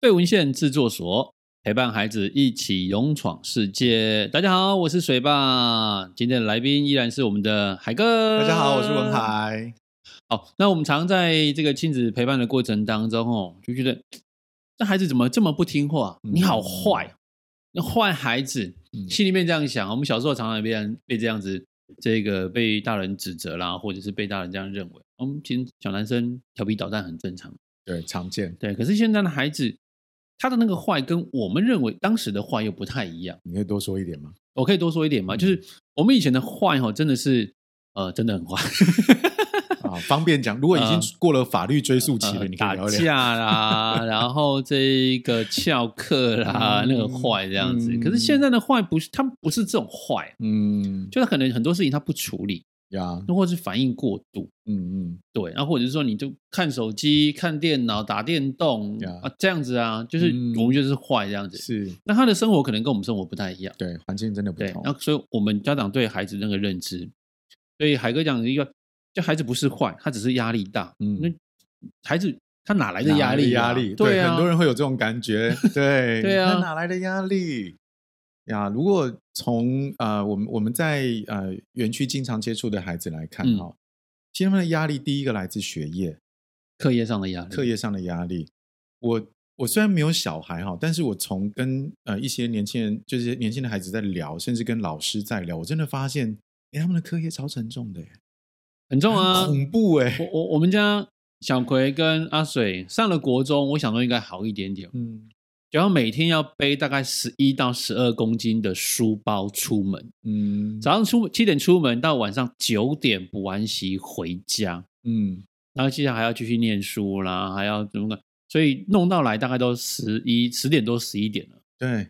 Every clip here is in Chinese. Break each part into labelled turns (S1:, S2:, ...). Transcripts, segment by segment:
S1: 费文献制作所陪伴孩子一起勇闯世界。大家好，我是水爸，今天的来宾依然是我们的海哥。
S2: 大家好，我是文。海。
S1: 好，那我们常在这个亲子陪伴的过程当中，哦，就觉得这孩子怎么这么不听话？
S2: 嗯
S1: 你好坏，哦那坏孩子，
S2: 嗯
S1: 心里面这样想。我们小时候常常被人被这样子，这个被大人指责啦，或者是被大人这样认为。我们其实小男生调皮捣蛋很正常，
S2: 对，常见，
S1: 对。可是现在的孩子，他的那个坏跟我们认为当时的坏又不太一样。
S2: 你可以多说一点吗？
S1: 我可以多说一点吗？
S2: 嗯
S1: 就是我们以前的坏哈，真的是呃，真的很 坏。
S2: 啊，方便讲。如果已经过了法律追溯期了，
S1: 呃
S2: 你可以
S1: 打
S2: 聊一聊。
S1: 架啦，然后这个翘课啦，
S2: 嗯
S1: 那个坏这样子。
S2: 嗯
S1: 可是现在的坏不是，他不是这种坏，
S2: 嗯，
S1: 就是可能很多事情他不处理，
S2: 呀，
S1: 或者是反应过度。
S2: 嗯嗯，
S1: 对，然后或者是说你就看手机、看电脑、打电动
S2: 呀
S1: 啊，这样子啊，就是
S2: 嗯
S1: 我们就是坏这样子。
S2: 是
S1: 那他的生活可能跟我们生活不太一样，
S2: 对，环境真的不
S1: 对
S2: 同。。
S1: 那所以我们家长对孩子那个认知，所以海哥讲的一个，就孩子不是坏，他只是压力大。
S2: 嗯
S1: 那孩子他哪来
S2: 来
S1: 的压力啊、
S2: 压力，
S1: 对啊，
S2: 很多人会有这种 感觉，对，
S1: 对啊
S2: 那哪来的压力呀？如果从呃，我们我们在呃园区经常接触的孩子来看
S1: 嗯
S2: 哈、其实他们的压力第一个来自学业，
S1: 课业上的压力，
S2: 课业上的压力。我我虽然没有小孩哈，但是我从跟呃一些年轻人，就是年轻的孩子在聊，甚至跟老师在聊，我真的发现，哎，他们的课业超沉重的耶，
S1: 很重啊。
S2: 很恐怖哎，
S1: 我我我们家小葵跟阿水上了国中，我想说应该好一点点，
S2: 嗯
S1: 然后每天要背大概十一到十二公斤的书包出门，
S2: 嗯
S1: 早上出七点出门，到晚上九点补完习回家，
S2: 嗯
S1: 然后接下来还要继续念书啦，还要怎么个，所以弄到来大概都十一十点多十一点了，
S2: 对。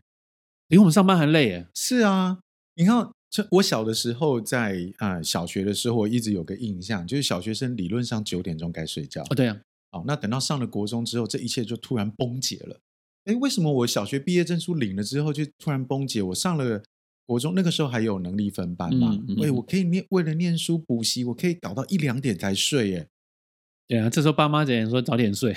S1: 比我们上班还累耶。
S2: 是啊，你看，这我小的时候在啊、呃小学的时候，我一直有个印象，就是小学生理论上九点钟该睡觉。
S1: 哦，对啊，
S2: 好、那等到上了国中之后，这一切就突然崩解了。哎，为什么我小学毕业证书领了之后就突然崩解？我上了国中，那个时候还有能力分班嘛？
S1: 嗯嗯
S2: 喂、
S1: 嗯
S2: 我可以念，为了念书补习，我可以搞到一两点才睡耶。
S1: 对啊，这时候爸妈只能说早点睡，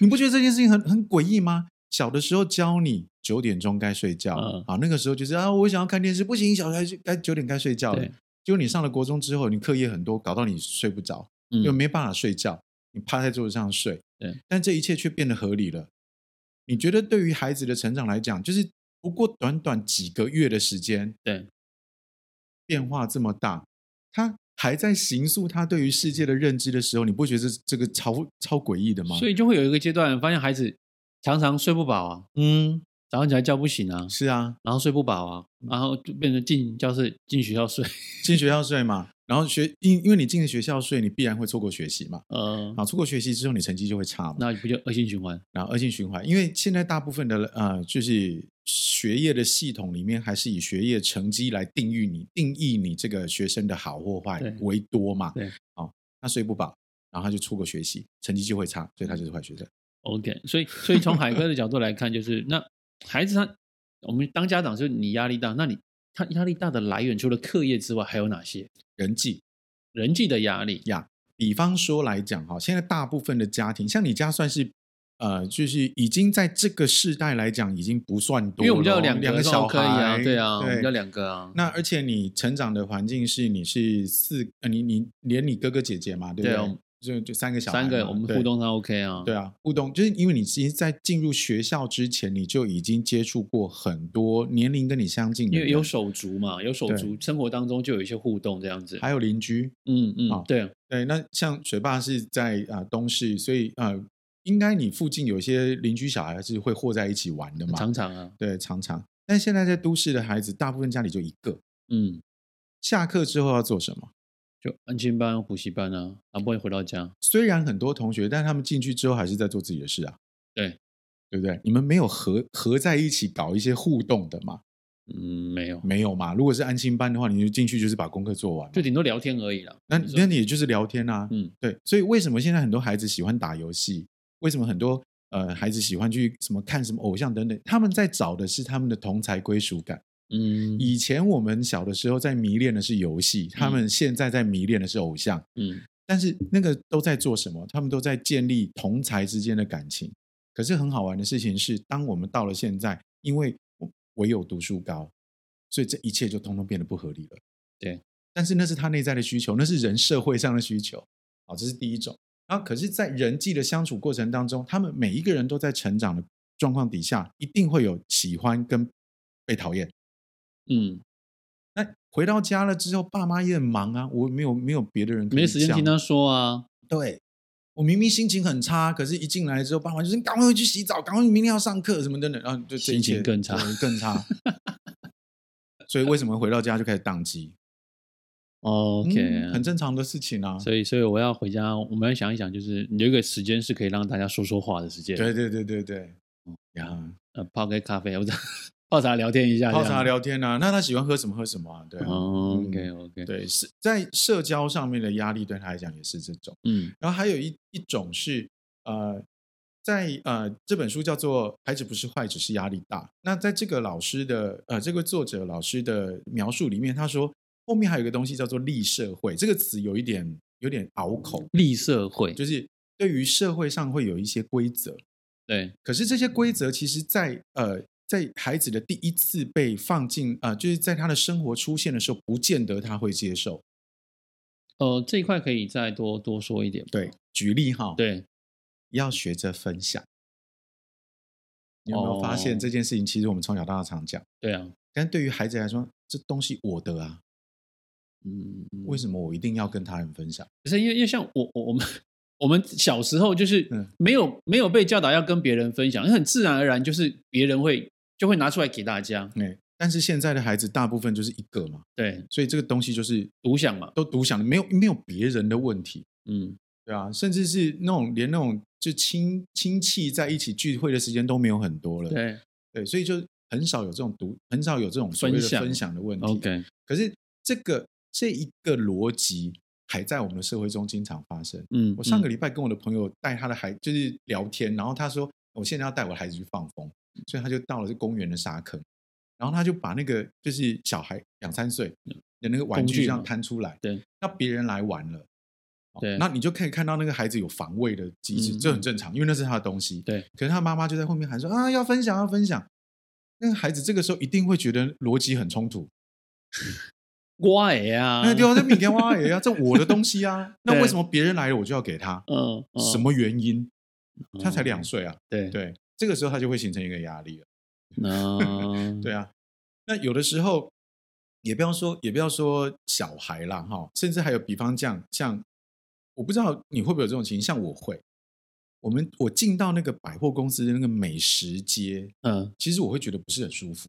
S2: 你不觉得这件事情很很诡异吗？小的时候教你九点钟该睡觉，
S1: 嗯
S2: 啊，那个时候就是啊，我想要看电视，不行，小孩就该九点该睡觉了
S1: 对。
S2: 结果你上了国中之后，你课业很多，搞到你睡不着，
S1: 嗯
S2: 又没办法睡觉，你趴在桌子上睡。
S1: 对，
S2: 但这一切却变得合理了。你觉得对于孩子的成长来讲，就是不过短短几个月的时间，
S1: 对，
S2: 变化这么大，他还在形塑他对于世界的认知的时候，你不觉得这这个超超诡异的吗？
S1: 所以就会有一个阶段，发现孩子常常睡不饱啊，
S2: 嗯，
S1: 早上起来叫不醒啊，
S2: 是啊，
S1: 然后睡不饱啊，然后就变成进教室、进学校 睡。
S2: 进学校睡嘛，然后学因因为你进了学校睡，你必然会错过学习嘛。
S1: 呃，
S2: 啊，错过学习之后，你成绩就会差嘛，
S1: 那不就恶性循环？
S2: 然后恶性循环。因为现在大部分的呃，就是学业的系统里面，还是以学业成绩来定义你，定义你这个学生的好或坏
S1: 对
S2: 为多嘛。
S1: 对，
S2: 哦，他睡不饱，然后他就错过学习，成绩就会差，所以他就是坏学生。
S1: OK，所以所以从海哥的角度来看，就是那孩子他，我们当家长就是你压力大，那你他压力大的来源除了课业之外，还有哪些？
S2: 人际
S1: 人际的压力，
S2: 呀，比方说来讲哈，现在大部分的家庭，像你家算是。呃，就是已经在这个世代来讲，已经不算多
S1: 因
S2: 了
S1: 为
S2: 哦。
S1: 我们家有
S2: 两
S1: 两
S2: 个
S1: 个
S2: 小
S1: 小可以啊，
S2: 孩
S1: 对啊，我
S2: 对
S1: 们家两个啊，
S2: 那而且你成长的环境是你是四，呃、你你连你哥哥姐姐嘛，对不
S1: 对
S2: 对？
S1: 我们
S2: 就就三个小孩
S1: 三
S2: 嘛，
S1: 个我们
S2: 对
S1: 互。动上 OK 啊，
S2: 对啊，互动就是因为你其实，在进入学校之前，你就已经接触过很多年龄跟你相近的
S1: 因
S2: 人，
S1: 为有手足嘛，有手
S2: 对
S1: 足，生活当中就有一些互动这样子。
S2: 还有邻居。
S1: 嗯嗯
S2: 好，
S1: 对，
S2: 对，那像水爸是在啊、呃东市，所以呃，应该你附近有一些邻居小孩是会和在一起玩的嘛？
S1: 常常啊，
S2: 对，常常。但现在在都市的孩子，大部分家里就一个。
S1: 嗯，
S2: 下课之后要做什么？
S1: 就安亲班、补习班啊，然后不会回到家。
S2: 虽然很多同学，但他们进去之后还是在做自己的事啊。
S1: 对，
S2: 对不对？你们没有合合在一起搞一些互动的嘛？
S1: 嗯，没有，
S2: 没有嘛？如果是安心班的话，你就进去就是把功课做完嘛，
S1: 就顶多聊天而已啦。
S2: 那
S1: 你说
S2: 那你也就是聊天啊。
S1: 嗯，
S2: 对，所以为什么现在很多孩子喜欢打游戏？为什么很多呃孩子喜欢去什么看什么偶像等等？他们在找的是他们的同才归属感。
S1: 嗯
S2: 以前我们小的时候在迷恋的是游戏，他们现在在迷恋的是偶像，
S1: 嗯
S2: 但是那个都在做什么？他们都在建立同才之间的感情。可是很好玩的事情是，当我们到了现在，因为唯有读书高，所以这一切就通通变得不合理了。
S1: 对，
S2: 但是那是他内在的需求，那是人社会上的需求。好，这是第一种。然后，可是，在人际的相处过程当中，他们每一个人都在成长的状况底下，一定会有喜欢跟被讨厌。
S1: 嗯，
S2: 那回到家了之后，爸妈也很忙啊，我没有没有别的人可以
S1: 没时间
S2: 讲
S1: 听他说啊。
S2: 对，我明明心情很差，可是一进来之后，爸妈就是你赶快回去洗澡，赶快明天要上课什么等等，然后就这一
S1: 心情
S2: 切
S1: 更差
S2: 对更差。 所以为什么回到家就开始宕机
S1: OK，、啊
S2: 嗯很正常的事情啊。
S1: 所以，所以我要回家，我们要想一想，就是你有一个时间是可以让大家说说话的时间，
S2: 对，对对对对，呀，
S1: 呃，泡杯咖啡，我者 泡茶聊天一下，
S2: 泡茶
S1: 这样。
S2: 聊天啊，那他喜欢喝什么喝什么啊？对啊、
S1: 哦
S2: 嗯
S1: ，OK OK，，
S2: 对，是在社交上面的压力对他来讲也是这种。
S1: 嗯
S2: 然后还有一一种是呃，在呃这本书叫做《孩子不是坏，只是压力大》。那在这个老师的呃这个作者老师的描述里面，他说后面还有一个东西叫做“利社会”这个词，有一点有点拗口，
S1: 立社会，
S2: 就是对于社会上会有一些规则，
S1: 对，
S2: 可是这些规则其实在，呃。在孩子的第一次被放进啊、呃就是在他的生活出现的时候，不见得他会接受。
S1: 呃，这一块可以再多多说一点，
S2: 对，举例哈，
S1: 对，
S2: 要学着分享。你有没有发
S1: 哦
S2: 现这件事情？其实我们从小到大常讲，
S1: 对啊，
S2: 但对于孩子来说，这东西我的啊，
S1: 嗯，
S2: 为什么我一定要跟他人分享？
S1: 不是因为因为像我我我们我们小时候就是
S2: 嗯
S1: 没有、没有被教导要跟别人分享，很自然而然就是别人会就会拿出来给大家，
S2: 哎、但是现在的孩子大部分就是一个嘛，
S1: 对，
S2: 所以这个东西就是
S1: 独享嘛，
S2: 都独享的，没有没有别人的问题，
S1: 嗯，
S2: 对啊，甚至是那种连那种就亲亲戚在一起聚会的时间都没有很多了，
S1: 对
S2: 对所以就很少有这种独，很少有这种所谓的
S1: 分享
S2: 分享的问题。
S1: ，OK，
S2: 可是这个这一个逻辑还在我们的社会中经常发生。
S1: 嗯，
S2: 我上个
S1: 嗯
S2: 礼拜跟我的朋友带他的孩，就是聊天，然后他说我现在要带我的孩子去放风，所以他就到了这公园的沙坑，然后他就把那个就是小孩两三岁的那个
S1: 嗯
S2: 玩
S1: 工具
S2: 具这样
S1: 嘛
S2: 摊出来，
S1: 对，
S2: 那别人来玩了。哦
S1: 对
S2: 那你就可以看到那个孩子有防卫的机制，
S1: 嗯
S2: 这很正常，因为那是他的东西。
S1: 对，
S2: 可是他妈妈就在后面喊说啊，要分享，要分享。那个孩子这个时候一定会觉得逻辑很冲突，
S1: 我也啊，
S2: 那对啊，这米田花也要，这我的东西 啊，那
S1: 对
S2: 为什么别人来了我就要给他？
S1: 嗯，嗯
S2: 什么原因？他才两
S1: 嗯
S2: 岁啊，
S1: 对，
S2: 对，这个时候他就会形成一个压力了，
S1: 嗯，
S2: 对啊。那有的时候也不要说，也不要说小孩啦，哈，甚至还有比方这样，像我不知道你会不会有这种情形，像我会，我们我进到那个百货公司的那个美食街，
S1: 嗯，
S2: 其实我会觉得不是很舒服，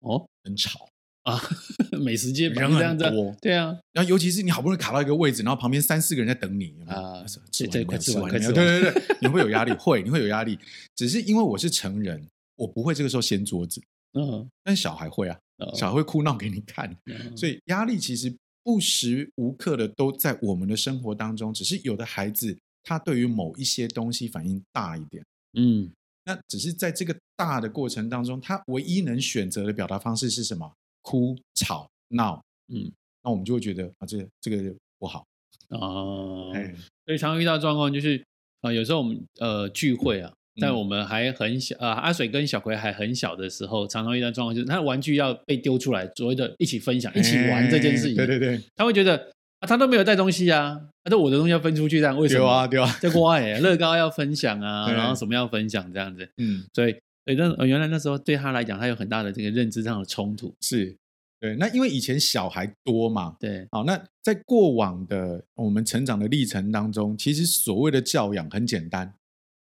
S1: 哦
S2: 很吵，
S1: 啊， 美食街本来就
S2: 人
S1: 这样
S2: 很
S1: 子啊，
S2: 多，
S1: 对啊，
S2: 然后尤其是你好不容易卡到一个位置，然后旁边三四个人在等你有没有
S1: 啊
S2: 说
S1: 这
S2: 吃
S1: 这
S2: 完了没
S1: 快
S2: 有
S1: 吃
S2: 吃
S1: 完
S2: 完
S1: 快
S2: 了没有？
S1: 吃完
S2: 对对对，你会有压力， 会你会有压力。只是因为我是成人，我不会这个时候掀桌子，
S1: 嗯，
S2: 但小孩会啊，
S1: 哦
S2: 小孩会哭闹给你看，
S1: 嗯
S2: 所以压力其实不时无刻的都在我们的生活当中，只是有的孩子他对于某一些东西反应大一点。
S1: 嗯，
S2: 那只是在这个大的过程当中，他唯一能选择的表达方式是什么？哭、吵、闹。
S1: 嗯，
S2: 那我们就会觉得啊，这个这个不好。
S1: 哦，
S2: 哎，
S1: 所以常遇到状况就是，呃，有时候我们呃聚会啊，在
S2: 嗯
S1: 我们还很小，呃，阿水跟小葵还很小的时候，常常遇到状况就是，他的玩具要被丢出来，所谓的一起分享、一起玩这件事情，
S2: 哎对对对，
S1: 他会觉得啊，他都没有带东西啊，啊，那我的东西要分出去，这样为什
S2: 丢
S1: 么？
S2: 啊，丢啊，
S1: 这瓜哎，乐高要分享啊，
S2: 对
S1: 然后什么要分享这样子，
S2: 嗯，
S1: 所以。所以那呃原来那时候对他来讲，他有很大的这个认知上的冲突。
S2: 是，对。那因为以前小孩多嘛，
S1: 对，
S2: 好，那在过往的我们成长的历程当中，其实所谓的教养很简单，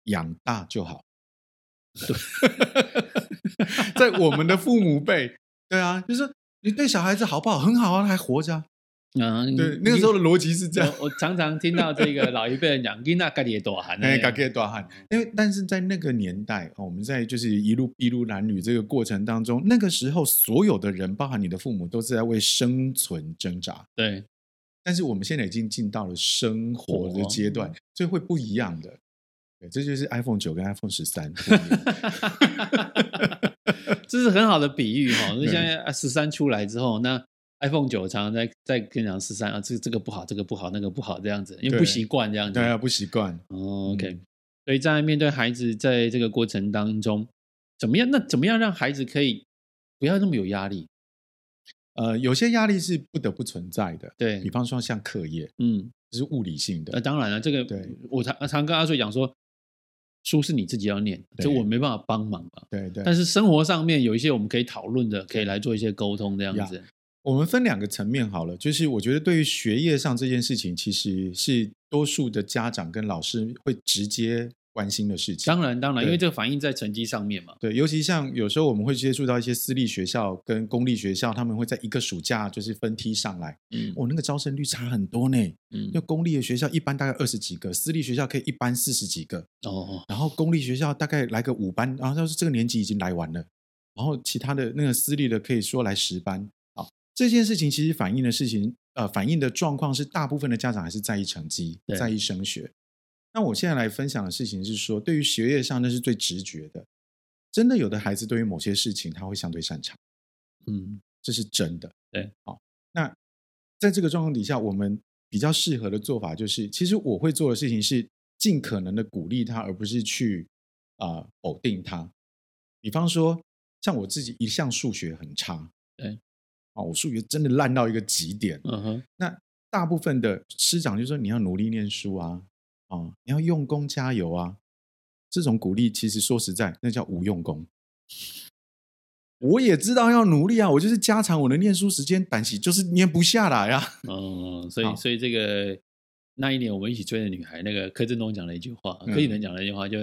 S2: 养大就 好。在我们的父母辈，对啊，就是说你对小孩子好不好，很好啊，他还活着、啊。
S1: 嗯，哦
S2: 对，那个时候的逻辑是这样。
S1: 我我常常听到这个老一辈人讲，囡仔家己也大汉，啊
S2: 哎，嘎给大汉，因为但是在那个年代，哦我们在就是一路筚路蓝缕这个过程当中，那个时候所有的人，包含你的父母，都是在为生存挣扎。
S1: 对，
S2: 但是我们现在已经进到了生活的阶
S1: 哦
S2: 段，所以会不一样的。对，这就是 iPhone 九跟 iPhone 十三。
S1: 这是很好的比喻哈。那
S2: 对
S1: 现在啊十三出来之后，那 iPhone 九常常在在跟你讲十三啊，这这个不好，这个不好，那个不好这样子，因为
S2: 对
S1: 不习惯这样子
S2: 大。家不习惯。
S1: 哦，OK，
S2: 嗯
S1: 所以在面对孩子在这个过程当中，怎么样？那怎么样让孩子可以不要那么有压力？
S2: 呃，有些压力是不得不存在的，
S1: 对呃
S2: 比，方说像课业，
S1: 嗯，
S2: 这是物理性的。
S1: 那当然了，啊这个
S2: 对
S1: 我常常跟阿水讲说，书是你自己要念，
S2: 对
S1: 这我没办法帮忙嘛。
S2: 对对，
S1: 但是生活上面有一些我们可以讨论的，可以来做一些沟通这样子。
S2: 我们分两个层面好了，就是我觉得对于学业上这件事情，其实是多数的家长跟老师会直接关心的事情。
S1: 当然，当然，
S2: 对
S1: 因为这个反映在成绩上面嘛。
S2: 对，尤其像有时候我们会接触到一些私立学校跟公立学校，他们会在一个暑假就是分批上来，
S1: 嗯
S2: 哦，那个招生率差很多呢。
S1: 嗯
S2: 那公立的学校一般大概二十几个，私立学校可以一班四十几个，
S1: 哦，
S2: 然后公立学校大概来个五班，然后就是这个年级已经来完了，然后其他的那个私立的可以说来十班。好，这件事情其实反映的事情，呃，反映的状况是大部分的家长还是在意成绩
S1: 对，
S2: 在意升学。那我现在来分享的事情是说，对于学业上那是最直觉的，真的有的孩子对于某些事情他会相对擅长。
S1: 嗯
S2: 这是真的。
S1: 对，
S2: 好，那在这个状况底下，我们比较适合的做法就是，其实我会做的事情是尽可能的鼓励他，而不是去啊、呃否定他。比方说，像我自己一向数学很差，
S1: 对，
S2: 啊，我数学真的烂到一个极点。
S1: 嗯哼，
S2: 那大部分的师长就说你要努力念书啊，啊，你要用功加油啊。这种鼓励其实说实在，那叫无用功。我也知道要努力啊，我就是加长我的念书时间，但是就是念不下来啊。
S1: 哦，所以
S2: 好
S1: 所以这个那一年我们一起追的女孩，那个柯震东讲了一句话，
S2: 嗯
S1: 柯以能讲了一句话，就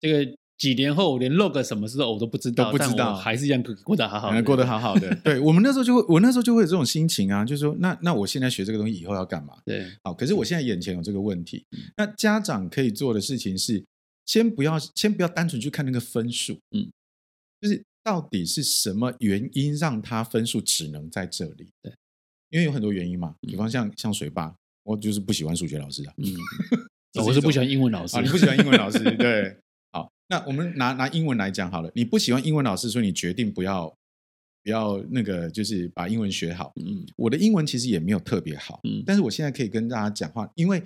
S1: 这个几年后我连 log 什么事都我都不知道，
S2: 都不知
S1: 但我
S2: 道
S1: 还是一样过得好好的，
S2: 嗯过得好好的，对我们那时候就会，我那时候就会有这种心情啊，就是说，那那我现在学这个东西以后要干嘛？
S1: 对，
S2: 好，可是我现在眼前有这个问题，
S1: 嗯
S2: 那家长可以做的事情是，先不要先不要单纯去看那个分数，
S1: 嗯，
S2: 就是到底是什么原因让他分数只能在这里？
S1: 对，
S2: 因为有很多原因嘛，比方像像水坝，我就是不喜欢数学老师 啊，
S1: 嗯，
S2: 这是一种
S1: 我是不喜欢英文老师
S2: 啊，你不喜欢英文老师， 对，好，那我们拿拿英文来讲好了，你不喜欢英文老师，所以你决定不要不要那个，就是把英文学好，
S1: 嗯
S2: 我的英文其实也没有特别好，
S1: 嗯
S2: 但是我现在可以跟大家讲话，因为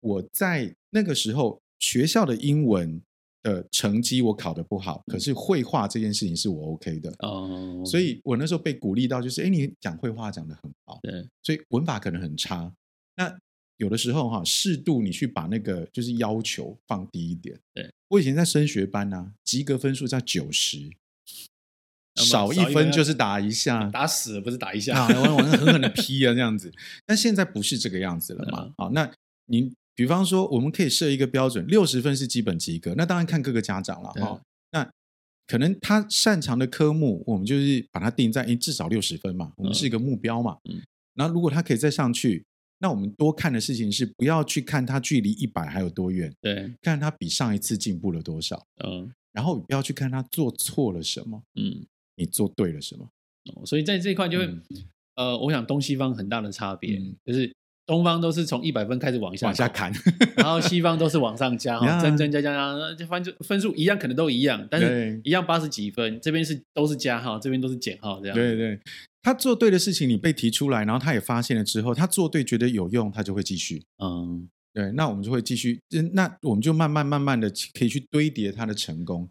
S2: 我在那个时候学校的英文的成绩我考得不好，可是绘画这件事情是我 OK 的，
S1: 嗯哦，
S2: 所以我那时候被鼓励到，就是哎，诶你讲绘画讲得很好，
S1: 对，
S2: 所以文法可能很差。那有的时候哈、适度你去把那个就是要求放低一点。
S1: 对，
S2: 我以前在升学班啊，及格分数在九十，
S1: 那么少
S2: 少
S1: 一
S2: 一
S1: 分啊
S2: 分就是打一下，
S1: 打死了不是打一
S2: 啊，
S1: 下，
S2: 我往上狠狠的劈啊，这样子。但现在不是这个样子了
S1: 对啊
S2: 嘛？好，那您比方说，我们可以设一个标准，六十分是基本及格，那当然看各个家长了
S1: 对
S2: 哈、那可能他擅长的科目，我们就是把它定在诶至少六十分嘛，我们是一个目标嘛。
S1: 嗯
S2: 嗯。然后如果他可以再上去，那我们多看的事情是不要去看他距离一百还有多远，
S1: 对，
S2: 看他比上一次进步了多少，
S1: 嗯
S2: 然后不要去看他做错了什么，
S1: 嗯。
S2: 你做对了什么。
S1: 哦所以在这一块就会，
S2: 嗯
S1: 呃，我想东西方很大的差别，
S2: 嗯
S1: 就是东方都是从一百分开始往下
S2: 往下
S1: 走，
S2: 砍，
S1: 然后西方都是往上 加，哈，
S2: 呀
S1: 增增加加加，就分数分数一样，可能都一样，但是
S2: 对
S1: 一样八十几分，这边是都是加号，这边都是减号，这样。
S2: 对对，他做对的事情，你被提出来，然后他也发现了之后，他做对觉得有用，他就会继续。
S1: 嗯，
S2: 对，那我们就会继续，嗯那我们就慢慢慢慢的可以去堆叠他的成功。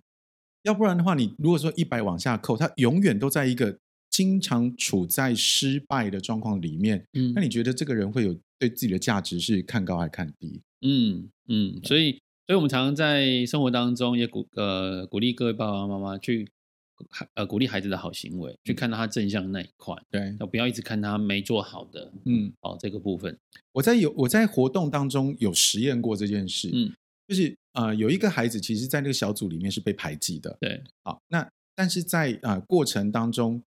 S2: 要不然的话，你如果说一百往下扣，他永远都在一个经常处在失败的状况里面。
S1: 嗯
S2: 那你觉得这个人会有对自己的价值是看高还看低？
S1: 嗯嗯，所以所以我们常常在生活当中也鼓呃鼓励各位爸爸妈妈去呃鼓励孩子的好行为，
S2: 嗯
S1: 去看到他正向那一块，
S2: 对，
S1: 那不要一直看他没做好的
S2: 嗯，
S1: 哦这个部分。
S2: 我在有我在活动当中有实验过这件事，
S1: 嗯，
S2: 就是呃有一个孩子其实在那个小组里面是被排挤的，
S1: 对，
S2: 好，那但是在呃过程当中，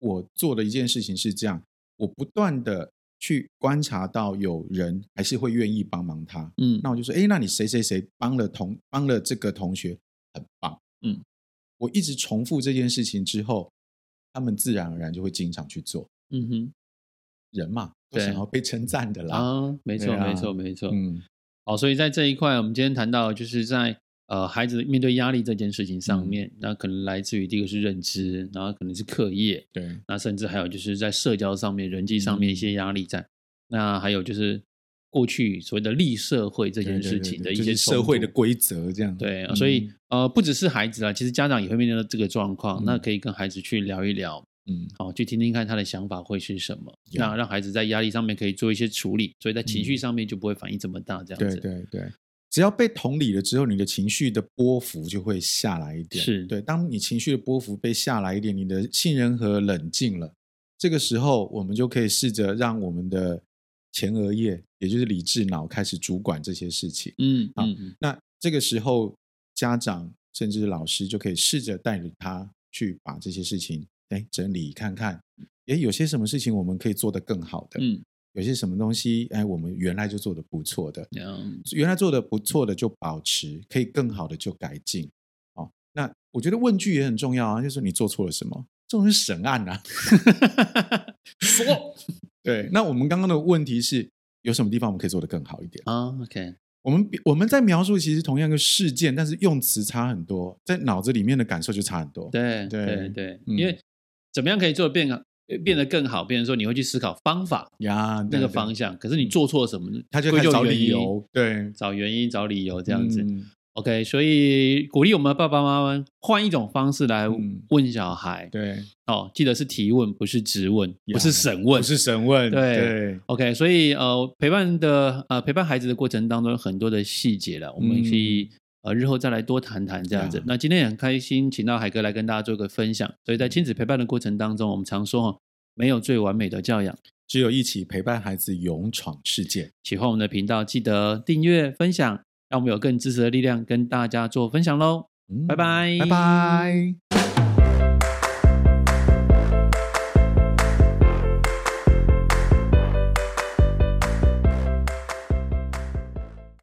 S2: 我做的一件事情是这样，我不断的去观察到有人还是会愿意帮忙他，
S1: 嗯
S2: 那我就说，哎，那你谁谁谁帮了同帮了这个同学，很棒，
S1: 嗯，
S2: 我一直重复这件事情之后，他们自然而然就会经常去做，
S1: 嗯哼。
S2: 人嘛都
S1: 对
S2: 想要被称赞的啦，
S1: 啊，没错，
S2: 对啊
S1: 没错，没错。哦
S2: 嗯。
S1: 好，所以在这一块，我们今天谈到，就是在呃孩子面对压力这件事情
S2: 嗯
S1: 上面，那可能来自于第一个是认知，然后可能是课业，
S2: 对，
S1: 那甚至还有就是在社交上面、人际上面一
S2: 嗯
S1: 些压力在，那还有就是过去所谓的立社会这
S2: 这
S1: 件事情的一些
S2: 社会
S1: 冲
S2: 的
S1: 突
S2: 规则这样。
S1: 对，
S2: 嗯
S1: 所以呃，不只是孩子啦，其实家长也会面对到这个状况，
S2: 嗯
S1: 那可以跟孩子去聊一聊，
S2: 嗯，
S1: 哦，去听听看他的想法会是什么，
S2: Yeah 嗯
S1: 那让孩子在压力上面可以做一些处理，所以在情绪上面就不会反应这么大，这样
S2: 对
S1: 子。
S2: 对对，只要被同理了之后，你的情绪的波幅就会下来一点。
S1: 是
S2: 对，当你情绪的波幅被下来一点，你的信任和冷静了，这个时候我们就可以试着让我们的前额叶，也就是理智脑，开始主管这些事情。
S1: 嗯
S2: 好
S1: 嗯嗯，
S2: 那这个时候，家长甚至老师就可以试着带领他去把这些事情，哎，整理看看，哎，有些什么事情我们可以做得更好的，
S1: 嗯，
S2: 有些什么东西，哎，我们原来就做得不错的，
S1: 然后
S2: 原来做的不错的就保持，可以更好的就改进。哦，那我觉得问句也很重要啊，就是你做错了什么，这种是审案啊。
S1: 说
S2: 对，那我们刚刚的问题是有什么地方我们可以做得更好一点？
S1: 啊，OK，
S2: 我们比我们在描述其实同样一个事件，但是用词差很多，在脑子里面的感受就差很多。
S1: 对
S2: 对
S1: 对对，
S2: 嗯
S1: 因为怎么样可以做得变呃变得更好，变成说你会去思考方法
S2: 呀，
S1: 那
S2: 对
S1: 个
S2: 对
S1: 方向，可是你做错什么，
S2: 他就
S1: 归
S2: 开始
S1: 咎
S2: 找
S1: 原
S2: 理
S1: 因
S2: 由，对，
S1: 找原因、找理由这样子。
S2: 嗯
S1: OK，所以鼓励我们的爸爸妈妈换一种方式来
S2: 嗯
S1: 问小孩、
S2: 对，
S1: 哦，记得是提问，不是质问，
S2: 呀
S1: 不是审问
S2: 不。是审问，
S1: 对
S2: 对
S1: OK，所以呃，陪伴的呃陪伴孩子的过程当中有很多的细节了，我们可以、呃日后再来多谈谈这样子。
S2: 呀
S1: 那今天也很开心，请到海哥来跟大家做个分享。所以在亲子陪伴的过程当中，我们常说哦，没有最完美的教养。
S2: 只有一起陪伴孩子勇闯世界。
S1: 喜欢我们的频道，记得订阅、分享，让我们有更支持的力量跟大家做分享喽。
S2: 嗯
S1: 拜拜
S2: 拜拜。